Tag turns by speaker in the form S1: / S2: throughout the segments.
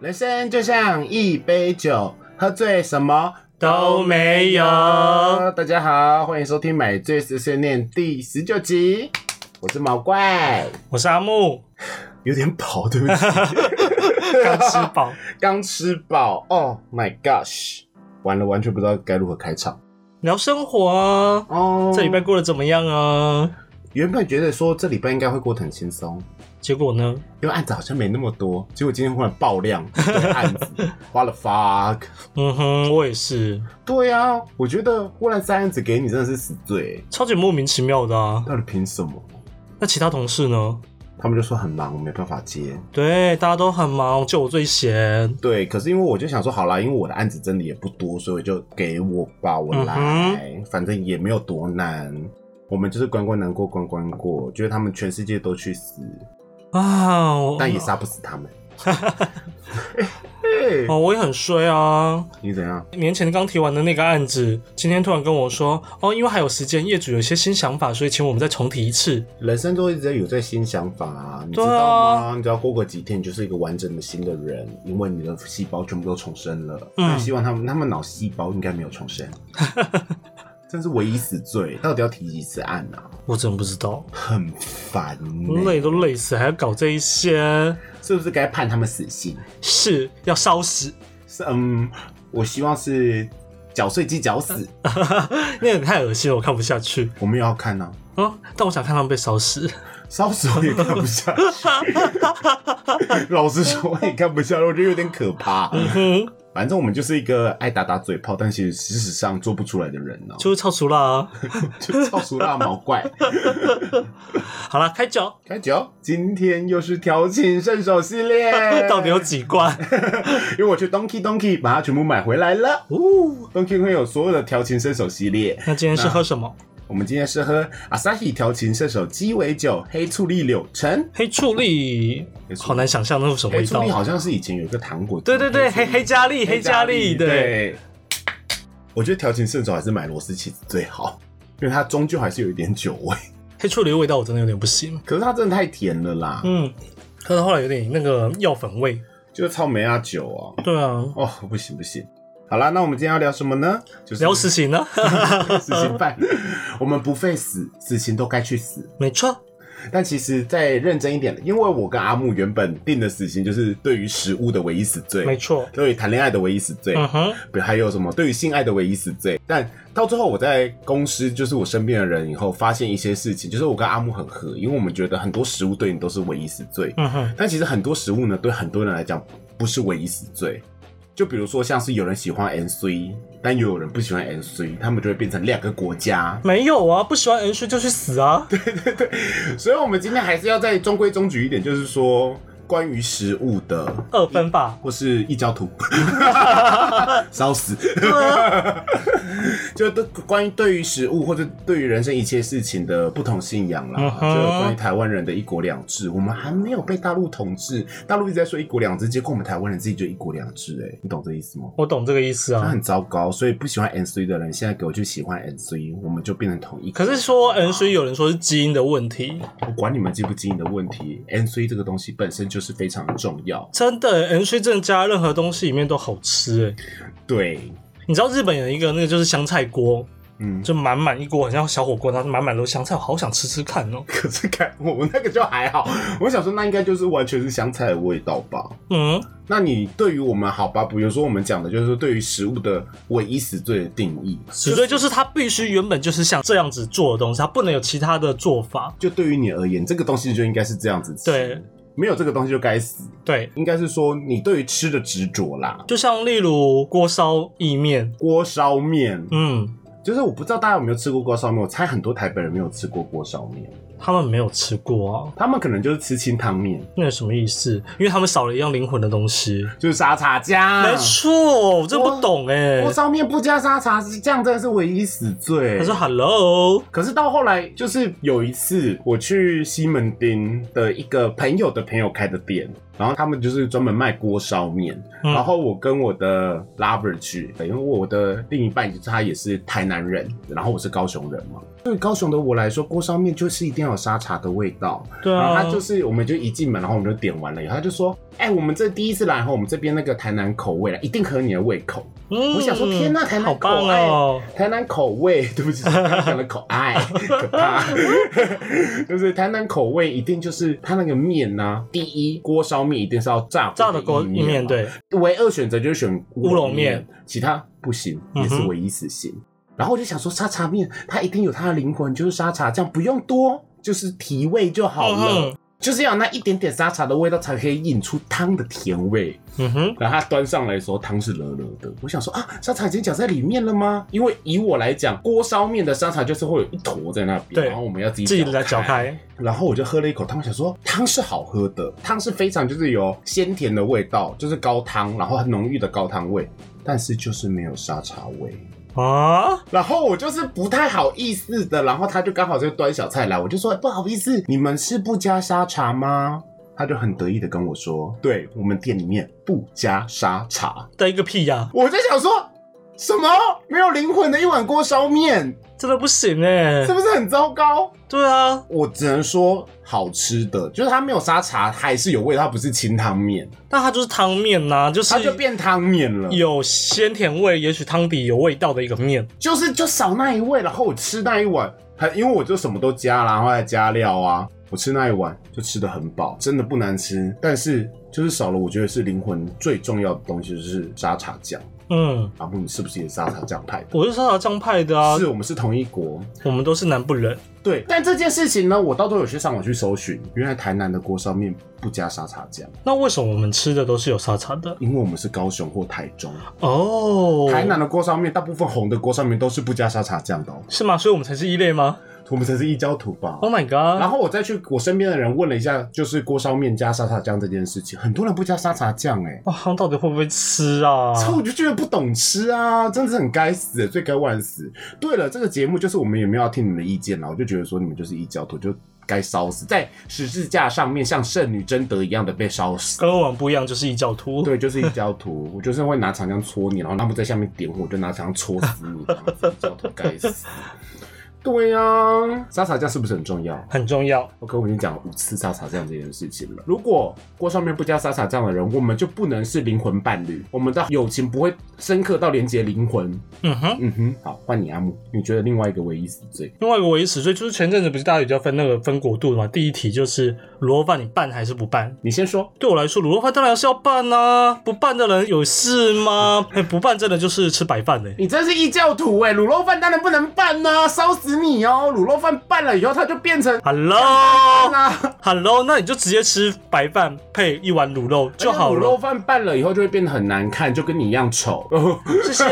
S1: 人生就像一杯酒，喝醉什么
S2: 都没有
S1: 大家好，欢迎收听《买醉碎碎念》第十九集，我是毛怪，
S2: 我是阿木，
S1: 有点饱，对不 起，
S2: 刚吃饱，
S1: 刚吃饱。Oh my gosh，完了，完全不知道该如何开场。
S2: 聊生活啊，
S1: 哦
S2: 这礼拜过得怎么样啊？
S1: 原本觉得说这礼拜应该会过得很轻松，
S2: 结果呢？
S1: 因为案子好像没那么多，结果今天忽然爆量，一堆案子，花了 fuck。
S2: 嗯哼，我也是，
S1: 对啊，我觉得忽然塞案子给你真的是死罪，
S2: 超级莫名其妙的啊。
S1: 到底凭什么？
S2: 那其他同事呢？
S1: 他们就说很忙，我没办法接。
S2: 对，大家都很忙，就我最闲。
S1: 对，可是因为我就想说，好啦，因为我的案子真的也不多，所以我就给我吧，
S2: 嗯
S1: 我来，反正也没有多难。我们就是关关难过关关过，觉得他们全世界都去死，
S2: 啊，我
S1: 但也杀不死他们。嘿嘿
S2: 哦，我也很衰啊。
S1: 你怎样？
S2: 年前刚提完的那个案子，今天突然跟我说，哦，因为还有时间，业主有一些新想法，所以请我们再重提一次。
S1: 人生都一直在有在新想法、啊，你知道
S2: 对
S1: 吗？
S2: 啊
S1: 你只要过个几天，你就是一个完整的新的人，因为你的细胞全部都重生了。
S2: 嗯
S1: 但希望他们他们脑细胞应该没有重 生，真是唯一死罪。到底要提几次案啊？
S2: 我真不知道，
S1: 很烦、欸，
S2: 累都累死，还要搞这一些，
S1: 是不是该判他们死刑？
S2: 是要烧死。
S1: 是嗯，我希望是绞碎机绞
S2: 嗯
S1: 死，
S2: 那也太恶心了，我看不下去
S1: 我们也要看呢、
S2: 啊！但我想看他们被烧死。
S1: 烧死我也看不下 去，老实说我也看不下去，我觉得有点可怕。
S2: 嗯，
S1: 反正我们就是一个爱打打嘴炮，但其实事实上做不出来的人呢、
S2: 就是超熟啦、啊。
S1: 就超熟辣毛怪。
S2: 好啦，开酒，
S1: 开酒，今天又是调情圣手系列
S2: ，到底有几罐？
S1: 因为我去 Donkey Donkey 把它全部买回来了。
S2: 哦，
S1: Donkey 会有所有的调情圣手系列，
S2: 那今天是喝什么？
S1: 我们今天是喝 Asahi 调情圣手鸡尾酒黑醋栗柳橙。
S2: 黑醋栗
S1: 黑，醋栗
S2: 好难想象那是什么
S1: 黑
S2: 味
S1: 醋
S2: 道啊
S1: 栗。好像是以前有一个糖果，
S2: 对对对，黑
S1: 醋栗
S2: 黑加力，黑加力，对，
S1: 对。我觉得调情圣手还是买螺丝起子最好，因为它终究还是有一点酒味。
S2: 黑醋栗的味道我真的有点不行。
S1: 可是它真的太甜了啦，
S2: 嗯，喝到后来有点那个药粉味。
S1: 就是草莓啊酒啊，
S2: 对啊，
S1: 哦不行不行。好啦，那我们今天要聊什么呢？就是
S2: 聊死刑呢？
S1: 死刑犯，我们不费死，死刑都该去死。
S2: 没错，
S1: 但其实再认真一点，因为我跟阿木原本定的死刑就是对于食物的唯一死
S2: 没
S1: 罪，
S2: 错。
S1: 对于谈恋爱的唯一死罪，
S2: 嗯哼，
S1: 不还有什么对于性爱的唯一死罪。但到最后，我在公司就是我身边的人以后，发现一些事情，就是我跟阿木很合，因为我们觉得很多食物对你都是唯一死罪。
S2: 嗯哼，
S1: 但其实很多食物呢，对很多人来讲不是唯一死罪。就比如说，像是有人喜欢 N C，但又有人不喜欢 N C，他们就会变成两个国家。
S2: 没有啊，不喜欢 N 水就去死啊。
S1: 所以，我们今天还是要再中规中矩一点，就是说关于食物的
S2: 二分吧。
S1: 或是异教徒，烧死。 就都关于对于食物或者对于人生一切事情的不同信仰啦
S2: 嗯，
S1: 就
S2: 哼
S1: 关于台湾人的一国两制，我们还没有被大陆统治，大陆一直在说一国两制，结果我们台湾人自己就一国两制，哎，你懂这意思吗？
S2: 我懂这个意思
S1: 那
S2: 啊。
S1: 很糟糕，所以不喜欢 N C 的人，现在给我去喜欢 N C，我们就变成统一。
S2: 可是说 N 水有人说是基因的问题，
S1: 我管你们基不基因的问题，N C 这个东西本身就是非常重要。
S2: 真的 N 水正加任何东西里面都好吃诶、
S1: 对，
S2: 你知道日本有一个那个就是香菜锅，
S1: 嗯，
S2: 就满满一锅，很像小火锅，然后满满都是香菜，我好想吃吃看哦。
S1: 可是看我我那个就还好，我想说那应该就是完全是香菜的味道吧。
S2: 嗯，
S1: 那你对于我们好吧，比如说我们讲的就是说对于食物的唯一死罪的定义，
S2: 死罪就是它必须原本就是像这样子做的东西，它不能有其他的做法。
S1: 就对于你而言，这个东西就应该是这样子吃，
S2: 对，
S1: 没有这个东西就该死，
S2: 对，
S1: 应该是说你对于吃的执着啦。
S2: 就像例如锅烧意面，
S1: 锅烧面，
S2: 嗯，
S1: 就是我不知道大家有没有吃过锅烧面，我猜很多台北人没有吃过锅烧面，
S2: 他们没有吃过啊，
S1: 他们可能就是吃清汤面，
S2: 那有什么意思？因为他们少了一样灵魂的东西。
S1: 就是沙茶酱，
S2: 没错，我真不懂哎、
S1: 啊锅烧面不加沙茶酱真的是唯一死罪。
S2: 他说 “hello”，
S1: 可是到后来，就是有一次我去西门町的一个朋友的朋友开的店，然后他们就是专门卖锅烧面。
S2: 嗯
S1: 然后我跟我的 lover 去，因为我的另一半就是他也是台南人，然后我是高雄人嘛，对高雄的我来说，锅烧面就是一定要有沙茶的味道。
S2: 对
S1: 然后
S2: 啊
S1: 他，就是，我们就一进门，然后我们就点完了以后，他就说：“哎、我们这第一次来，然后我们这边那个台南口味了，一定合你的胃口。
S2: 嗯
S1: 我想说天哪台南
S2: 好棒
S1: 口爱
S2: 哦，
S1: 台南口味，对不起，台南口爱， 可怕。 就是台南口味一定就是它那个面呢、第一锅烧面一定是要炸
S2: 炸的锅
S1: 意
S2: 意面，
S1: 嘛，
S2: 对，
S1: 啊唯二选择就是选乌
S2: 乌龙
S1: 龙
S2: 面
S1: 面，其他不行，
S2: 嗯
S1: 也
S2: 哼
S1: 是唯一死刑。然后我就想说，沙茶面它一定有它的灵魂，就是沙茶酱，不用多，就是提味就好了。
S2: 嗯
S1: 就是要有那一点点沙茶的味道，才可以引出汤的甜味。
S2: 嗯哼，
S1: 然后它端上来的时候，汤是热热的。我想说啊，沙茶已经搅在里面了吗？因为以我来讲，锅烧面的沙茶就是会有一坨在那边，
S2: 对
S1: 然后我们要自己
S2: 自己来搅
S1: 开。
S2: 开，
S1: 然后我就喝了一口汤，想说汤是好喝的，汤是非常就是有鲜甜的味道，就是高汤，然后很浓郁的高汤味，但是就是没有沙茶味。
S2: 啊，
S1: 然后我就是不太好意思的，然后他就刚好就端小菜来，我就说、不好意思，你们是不加沙茶吗？他就很得意的跟我说，对我们店里面不加沙茶。
S2: 的一个屁呀、
S1: 我就想说。什么没有灵魂的一碗锅烧 面，
S2: 真的不行哎、
S1: 是不是很糟糕？
S2: 对啊，
S1: 我只能说好吃的，就是它没有沙茶，还是有味道，它不是清汤面，
S2: 那它就是汤面呐、就是
S1: 它就变汤面了，
S2: 有鲜甜味，也许汤底有味道的一个面。
S1: 就是就少那一味，然后我吃那一碗，还因为我就什么都加啦，然后还加料啊，我吃那一碗就吃的很饱，真的不难吃，但是就是少了，我觉得是灵魂最重要的东西就是沙茶酱。
S2: 嗯，
S1: 阿木，你是不是也是沙茶酱派的？
S2: 我是沙茶酱派的啊，
S1: 是我们是同一国，
S2: 我们都是南部人。
S1: 对。但这件事情呢，我到时候有去上网去搜寻，原来台南的锅烧面不加沙茶酱，
S2: 那为什么我们吃的都是有沙茶的？
S1: 因为我们是高雄或台中。
S2: 哦，
S1: 台南的锅烧面，大部分红的锅烧面都是不加沙茶酱的、哦，
S2: 是吗？所以我们才是一类吗
S1: 我们才是异教徒吧。
S2: ？Oh my
S1: 然
S2: god！
S1: 后我再去我身边的人问了一下，就是锅烧面加沙茶酱这件事情，很多人不加沙茶酱哎、
S2: 哇，他们到底会不会吃啊？
S1: 所以我就觉得不懂吃啊，真的是很该死，罪该万死。对了，这个节目就是我们也没有要听你们的意见啦，我就觉得说你们就是异教徒，就该烧死在十字架上面，像圣女贞德一样的被烧死。
S2: 跟我们不一样，就是异教徒。
S1: 对，就是异教徒，我就是会拿长枪戳你，然后他们在下面点火，我就拿长枪戳死你，这样子异教徒该死。对啊呀、沙茶酱是不是很重要
S2: 很重要。
S1: ？OK，我已经讲了五次沙茶酱这件事情了。如果锅上面不加沙茶酱的人，我们就不能是灵魂伴侣，我们的友情不会深刻到连接灵魂。
S2: 嗯哼，
S1: 嗯哼，好，换你阿木，你觉得另外一个唯一死罪？
S2: 另外一个唯一死罪就是前阵子不是大家有要分那个分国度的嘛？第一题就是卤肉饭，你拌还是不拌？
S1: 你先说。
S2: 对我来说，卤肉饭当然是要拌呐、不拌的人有事吗？哎、不拌真的就是吃白饭的、
S1: 你真是异教徒哎、卤肉饭当然不能拌呐、烧死你哦！卤肉饭拌了以后，它就变成
S2: Hello，Hello，、
S1: 啊。
S2: 那你就直接吃白饭配一碗卤肉就好
S1: 而哎且卤肉
S2: 了。
S1: 饭拌了以后就会变得很难看，就跟你一样 丑。不
S2: 谢谢，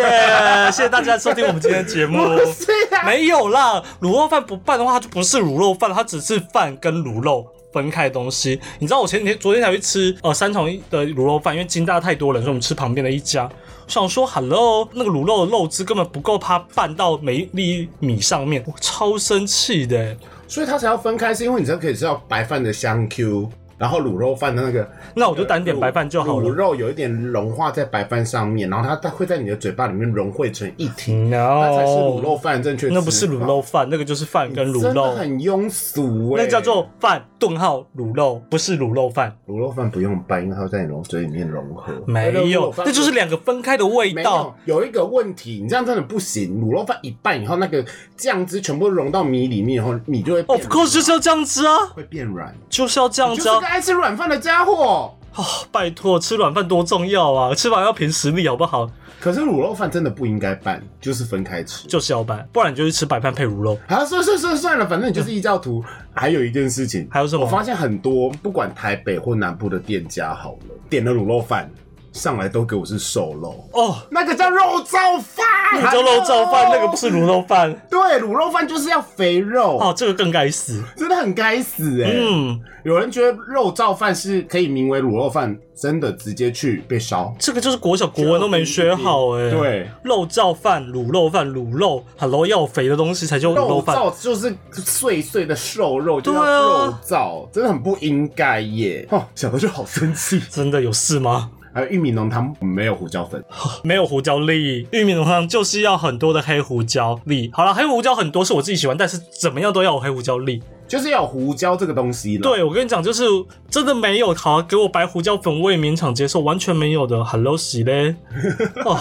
S2: 谢谢大家收听我们今天的 节目。
S1: 是啊，
S2: 没有啦，卤肉饭不拌的话，它就不是卤肉饭，它只是饭跟卤肉分开的东西。你知道我前几天、昨天才去吃呃三重的卤肉饭，因为金大太多人，所以我们吃旁边的一家。想说 hello，那个卤肉的肉汁根本不够它拌到每一粒米上面，我超生气的、
S1: 所以它才要分开，是因为你才可以吃到白饭的香 Q，然后卤肉饭的那个，
S2: 那我就单点白饭就好
S1: 卤
S2: 了。
S1: 肉有一点融化在白饭上面，然后它它会在你的嘴巴里面融汇成一体，那才是卤
S2: No，
S1: 肉饭正确。
S2: 哦啊那不是卤，肉饭，那个就是饭跟卤
S1: 真的
S2: 肉，
S1: 很庸俗哎、
S2: 那叫做饭顿号卤肉，不是卤肉饭。
S1: 卤肉饭不用拌，因为它会在你嘴里面融合。
S2: 没有，那就是
S1: 两。
S2: 两个分开的味
S1: 没
S2: 道
S1: 有。，有一个问题，你这样真的不行。卤肉饭一拌以后，那个酱汁全部融到米里面以后，米就会变
S2: Of course 哦就是要这样子啊，
S1: 会变软。
S2: 就是要这样
S1: 你就
S2: 子
S1: 是
S2: 啊
S1: 个！爱吃软饭的家伙。
S2: 哦，拜托，吃软饭多重要啊！吃完要凭实力好不好？
S1: 可是卤肉饭真的不应该拌，就是分开吃。
S2: 就是要拌，不然你就是吃白饭配卤肉。
S1: 啊，算算算算了，反正你就是异教徒。还有一件事情，
S2: 还有什么
S1: 我发现很多不管台北或南部的店家，好了，点了卤肉饭上来都给我是瘦肉，
S2: 哦，
S1: 那个叫肉燥饭，
S2: 你叫肉燥饭，那个不
S1: 是
S2: 是卤肉饭。
S1: 对，卤肉饭就是要肥肉，
S2: 哦，这个更该死。
S1: 真的很该死哎、
S2: 嗯，
S1: 有人觉得肉燥饭是可以名为卤肉饭，真的直接去被烧。
S2: 这个就是国小国文都没学好哎、，
S1: 对，
S2: 肉燥饭、卤肉饭、卤肉，Hello，要有肥的东西才叫卤肉
S1: 肉
S2: 饭。
S1: 燥就是碎碎的瘦肉，就
S2: 对啊
S1: 叫肉燥，真的很不应该耶！哦，想到就好生气。
S2: 真的有事吗？
S1: 还有玉米浓汤没有胡椒粉，
S2: 没有胡椒粒，玉米浓汤就是要很多的黑胡椒粒。好了，黑胡椒很多是我自己喜欢，但是怎么样都要有黑胡椒粒。
S1: 就是要有胡椒这个东西了。，
S2: 对我跟你讲，就是真的没有，好给我白胡椒粉，我也勉强接受，完全没有的。Hello，喜嘞， 哦，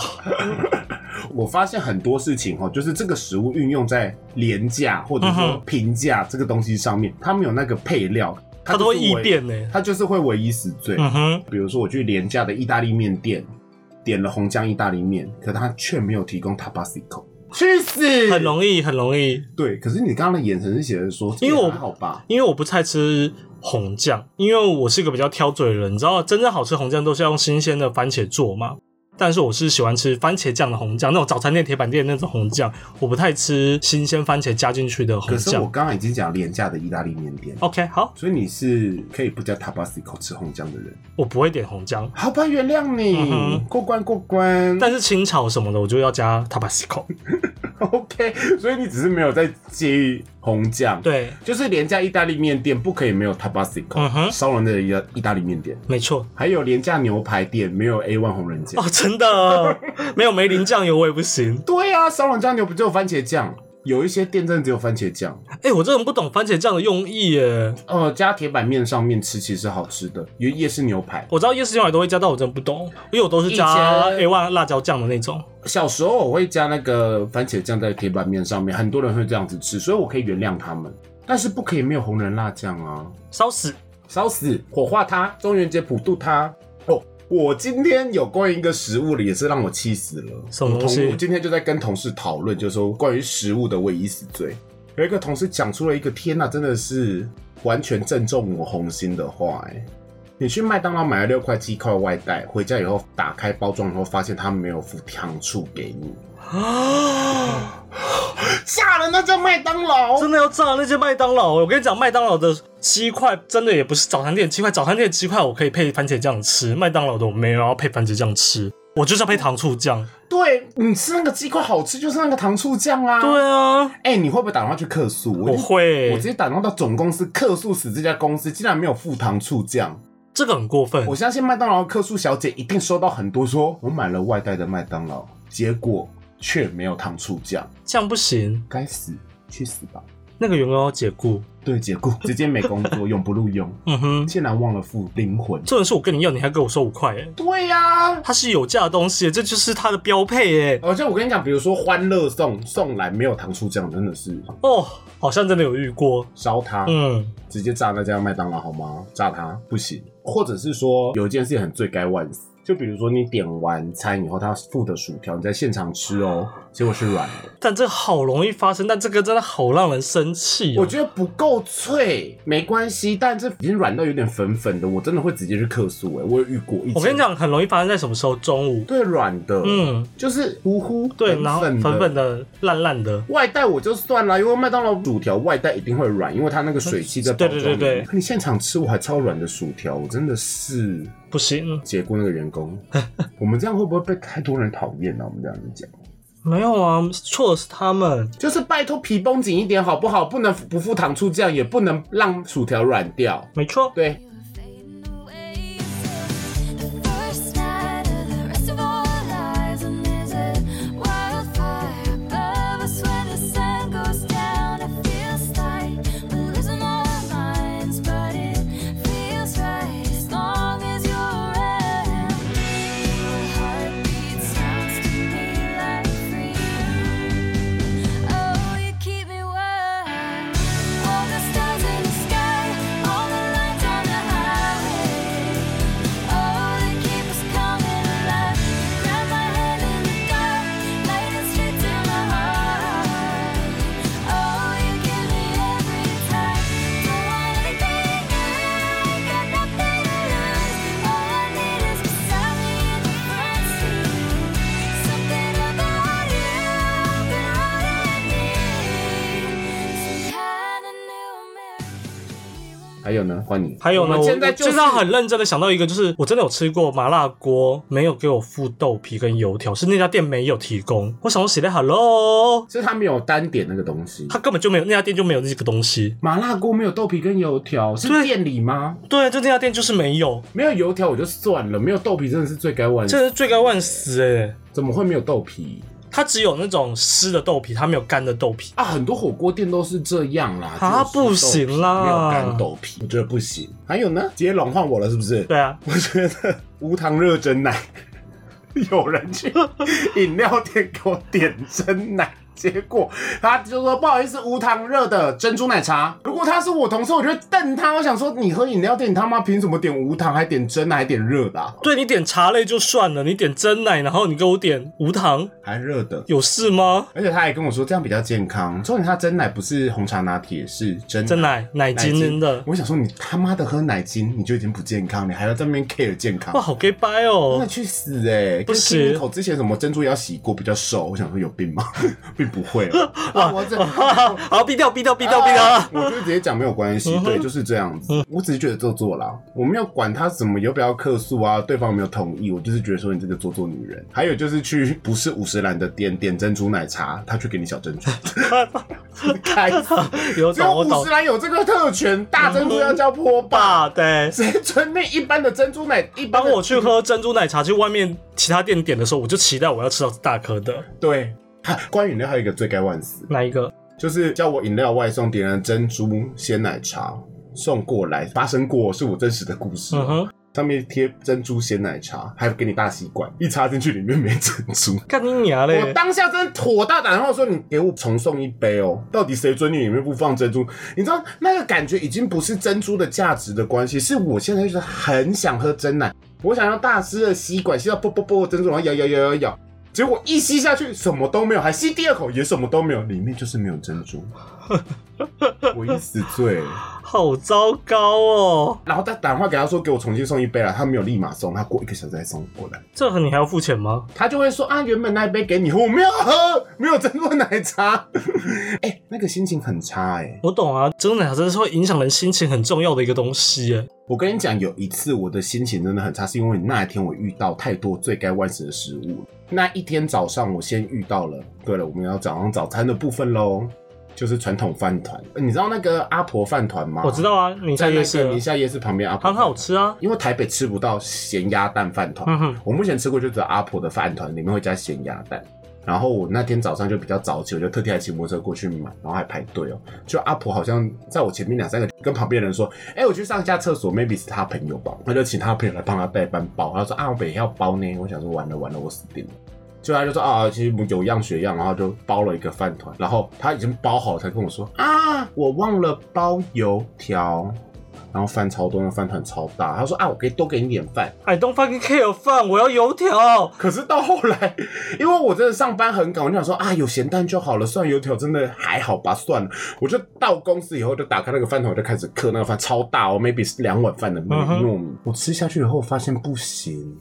S1: 我发现很多事情哦，就是这个食物运用在廉价或者
S2: 嗯
S1: 说
S2: 哼
S1: 平价这个东西上面，它没有那个配料，
S2: 它都会
S1: 就是
S2: 异
S1: 唯，
S2: 变呢。
S1: 它就是欸会唯一死罪。
S2: 嗯哼，
S1: 比如说我去廉价的意大利面店，点了红酱意大利面，可它却没有提供 Tabasco，去死！
S2: 很容易，很容易，
S1: 对，可是你刚刚的眼神是写的说，
S2: 因为我
S1: 这个还好吧，
S2: 因为我不太吃红酱，因为我是一个比较挑嘴的人，你知道，真正好吃红酱都是要用新鲜的番茄做嘛。但是我是喜欢吃番茄酱的红酱，那种早餐店、铁板店那种红酱，我不太吃新鲜番茄加进去的红
S1: 可是我
S2: 酱。
S1: 刚刚已经讲廉价的意大利面店，
S2: OK，好，
S1: 所以你是可以不加 Tabasco 吃红酱的人，
S2: 我不会点红酱，
S1: 好吧，原谅
S2: 嗯
S1: 你，
S2: 哼
S1: 过关过关。
S2: 但是清炒什么的我就要加 Tabasco。
S1: OK，所以你只是没有在介意红酱，，
S2: 对，
S1: 就是廉价意大利面店不可以没有 Tabasco，、
S2: 嗯哼
S1: 烧人的意大意大利面店，
S2: 没错。
S1: 还有廉价牛排店没有 A one 红人酱。
S2: 哦，真 的没有梅林酱油我也不行。
S1: 对啊，烧冷酱牛不只有番茄酱，有一些店真的只有番茄酱。
S2: 哎、我真的不懂番茄酱的用意耶。
S1: 呃，加铁板面上面吃其实好吃的，有夜市牛排。
S2: 我知道夜市牛奶都会加，但我真的不懂，因为我都是加
S1: 以
S2: A
S1: 前
S2: one 辣椒酱的那种。
S1: 小时候我会加那个番茄酱在铁板面上面，很多人会这样子吃，所以我可以原谅他们，但是不可以没有红人辣酱啊。
S2: 烧死！
S1: 烧死、火化它，中元节普渡它。哦，我今天有关于一个食物的，也是让我气死了。
S2: 什么
S1: 我
S2: 东西
S1: 同我今天就在跟同事讨论，就说关于食物的唯一死罪。有一个同事讲出了一个，天呐、真的是完全正中我红心的话、哎，你去麦当劳买了六块鸡块外带，回家以后打开包装以后，发现他没有付糖醋给你，
S2: 啊！
S1: 吓人！那叫麦当劳，
S2: 真的要炸那些麦当劳！我跟你讲，麦当劳的鸡块真的也不是早餐店的鸡块，早餐店的鸡块我可以配番茄酱吃，麦当劳的我没有要配番茄酱吃，我就是要配糖醋酱。
S1: 对你吃那个鸡块好吃，就是那个糖醋酱啦、
S2: 对啊，
S1: 哎、你会不会打电话去客诉？我已经
S2: 我会
S1: 我直，接打电话到总公司客诉死这家公司，竟然没有付糖醋酱。
S2: 这个很过分
S1: 我。相信麦当劳客诉小姐一定收到很多说，我买了外带的麦当劳，结果却没有糖醋酱，
S2: 这样不行，
S1: 该死，去死吧！
S2: 那个员工要解雇。
S1: 对，解雇，直接没工作， 永不录用，
S2: 嗯哼，
S1: 竟然忘了付灵魂。
S2: 这人是我跟你要，你还给我收五块，哎，
S1: 对呀、
S2: 它是有价的东西，这就是它的标配，哎，
S1: 而且我跟你讲，比如说欢乐颂送来没有糖醋酱，真的是
S2: 哦，好像真的有遇过。
S1: 烧它。
S2: 嗯，
S1: 直接炸那家麦当劳好吗？炸它不行，或者是说有一件事情很罪该万死，就比如说你点完餐以后，他附的薯条你在现场吃哦，结果是软的，
S2: 但这个好容易发生，但这个真的好让人生气、哦。
S1: 我觉得不够脆，没关系，但这已经软到有点粉粉的，我真的会直接去客诉哎、我有遇过一，
S2: 我跟你，讲，很容易发生在什么时候？中午。
S1: 对软的，嗯，
S2: 嗯，
S1: 就是糊糊，
S2: 对，然后
S1: 粉
S2: 粉粉
S1: 的。
S2: 的、烂烂的，
S1: 外带我就算了，因为麦当劳薯条外带一定会软，因为它那个水汽在包
S2: 对
S1: 装
S2: 对
S1: 里
S2: 对
S1: 面。
S2: 对
S1: 你现场吃我还超软的薯条，我真的是
S2: 不行，嗯
S1: 解雇那个员 工。我们这样会不会被太多人讨厌呢、我们这样子讲，
S2: 没有啊，错的是他们。
S1: 就是拜托皮绷紧一点好不好？不能不付糖醋酱，也不能让薯条软掉。
S2: 没错，
S1: 对，
S3: Oh, you keep me warm. All the stars in the sky, all the lights on the
S1: 还有呢，换你。
S2: 还有呢，
S1: 我
S2: 我
S1: 们现在就是
S2: 我现在很认真的想到一个，就是我真的有吃过麻辣锅，没有给我附豆皮跟油条，是那家店没有提供。我想说，写的 hello，
S1: 是他没有单点那个东西
S2: 他，根本就没有那家店就没有这个东西。
S1: 麻辣锅没有豆皮跟油条，是
S2: 对
S1: 店里吗？
S2: 对，就那家店就是没有，
S1: 没有油条我就算了，没有豆皮真的是罪该万死。
S2: 真的是罪该万死哎、
S1: 怎么会没有豆皮
S2: 它只有那种湿的豆皮，它没有干的豆皮。
S1: 啊？很多火锅店都是这样啦。就
S2: 啊
S1: 是豆皮
S2: 不行啦
S1: 没有干豆皮，我觉得不行。还有呢，接龙换我了是不是？
S2: 对啊，
S1: 我觉得无糖热蒸奶， 有人去饮料店给我点蒸奶。结果他就说不好意思，无糖热的珍珠奶茶。如果他是我同事，我就会瞪他。我想说，你喝饮料店，你他妈凭什么点无糖，还点蒸奶，还点热的、啊，
S2: 对你点茶类就算了，你点真奶，然后你给我点无糖，
S1: 还热的？
S2: 有事吗？
S1: 而且他还跟我说这样比较健康。重点他蒸奶不是红茶拿铁，是真
S2: 真奶奶精真的，
S1: 我想说，你他妈的喝奶精，你就已经不健康，你还要在那边 care 健康
S2: 哇，？好 gay 掰
S1: 那
S2: 哦！
S1: 去死哎、欸！
S2: 不
S1: 跟
S2: 是
S1: Kimi 口之前什么珍珠要洗过比较瘦，我想说有病吗？ 并不会 啊，啊我这。
S2: 好，逼掉，逼掉，逼掉，嗯逼 掉。
S1: 我就直接讲没有关系，对，就是这样子。我只是觉得做作啦，我没有管他怎么有不要客诉啊，对方有没有同意，我就是觉得说你这个做作女人。还有就是去不是五十兰的店点珍珠奶茶，他去给你小珍 珠，开始。
S2: 有
S1: 只
S2: 懂，
S1: 有
S2: 我
S1: 五
S2: 懂
S1: 十。兰有这个特权，大珍珠要叫坡霸，
S2: 爸，对。
S1: 谁准那一般的珍珠奶？一般
S2: 当
S1: 的
S2: 我去喝珍珠奶茶，去外面其他店点的时候，我就期待我要吃到大颗的
S1: 对。 哈关于饮料还有一个罪该万死，
S2: 那一个。
S1: 就是叫我饮料外送，点了珍珠鲜奶茶送过来，发生过是我真实的故事。
S2: 嗯哼，
S1: 上面贴珍珠鲜奶茶，还给你大吸管，一插进去里面没珍珠。
S2: 干你娘
S1: 我
S2: 嘞！
S1: 当下真的妥大胆，然后说你给我重送一杯哦。到底谁准你里面不放珍珠？你知道那个感觉已经不是珍珠的价值的关系，是我现在就是很想喝真奶，我想要大师的吸管吸到啵啵啵的珍珠，然后咬咬咬咬咬，结果一吸下去什么都没有，还吸第二口也什么都没有，里面就是没有珍珠。我一死罪，
S2: 好糟糕哦！
S1: 然后他打电话给他说给我重新送一杯啦，他没有立马送，他过一个小时才送过来。
S2: 这盒你还要付钱吗？
S1: 他就会说啊，原本那一杯给你喝，我没有喝，没有珍珠奶茶。 哎、那个心情很差哎、
S2: 我懂啊，珍珠奶茶真的是会影响人心情很重要的一个东西耶。
S1: 我跟你讲，有一次我的心情真的很差，是因为那一天我遇到太多罪该万死的食物了。那一天早上，我先遇到了。对了，我们要早上早餐的部分喽，就是传统饭团。嗯你知道那个阿婆饭团吗？
S2: 我知，道啊，你
S1: 在
S2: 在
S1: 那
S2: 夜市
S1: 个
S2: 啊
S1: 宁夏夜市旁边阿婆，
S2: 很好。吃啊。
S1: 因为台北吃不到咸鸭蛋饭团，
S2: 嗯哼，
S1: 我目前吃过就只有阿婆的饭团，里面会加咸鸭蛋。然后我那天早上就比较早起，我就特地还骑摩托车过去买，然后还排队哦。就阿婆好像在我前面两三个，跟旁边人说：“哎、我去上一下厕所，maybe 是他朋友吧。”他就啊请他朋友来帮他代班包。他说：“啊，我北要包呢。”我想说完了完了，我死定了。就他就说啊，其实有样学样，然后就包了一个饭团，然后他已经包好了，才跟我说啊，我忘了包油条，然后饭超多，那饭团超大。他说啊，我可以多给你点饭，
S2: I don't fucking care 饭，我要油条。
S1: 可是到后来，因为我真的上班很赶，我就想说啊，有咸蛋就好了，蒜油条真的还好吧，算了。我就到公司以后，就打开那个饭桶，我就开始嗑那个饭，超大哦，maybe 是两碗饭的
S2: 嗯哼
S1: 糯米。我吃下去以后发现不行，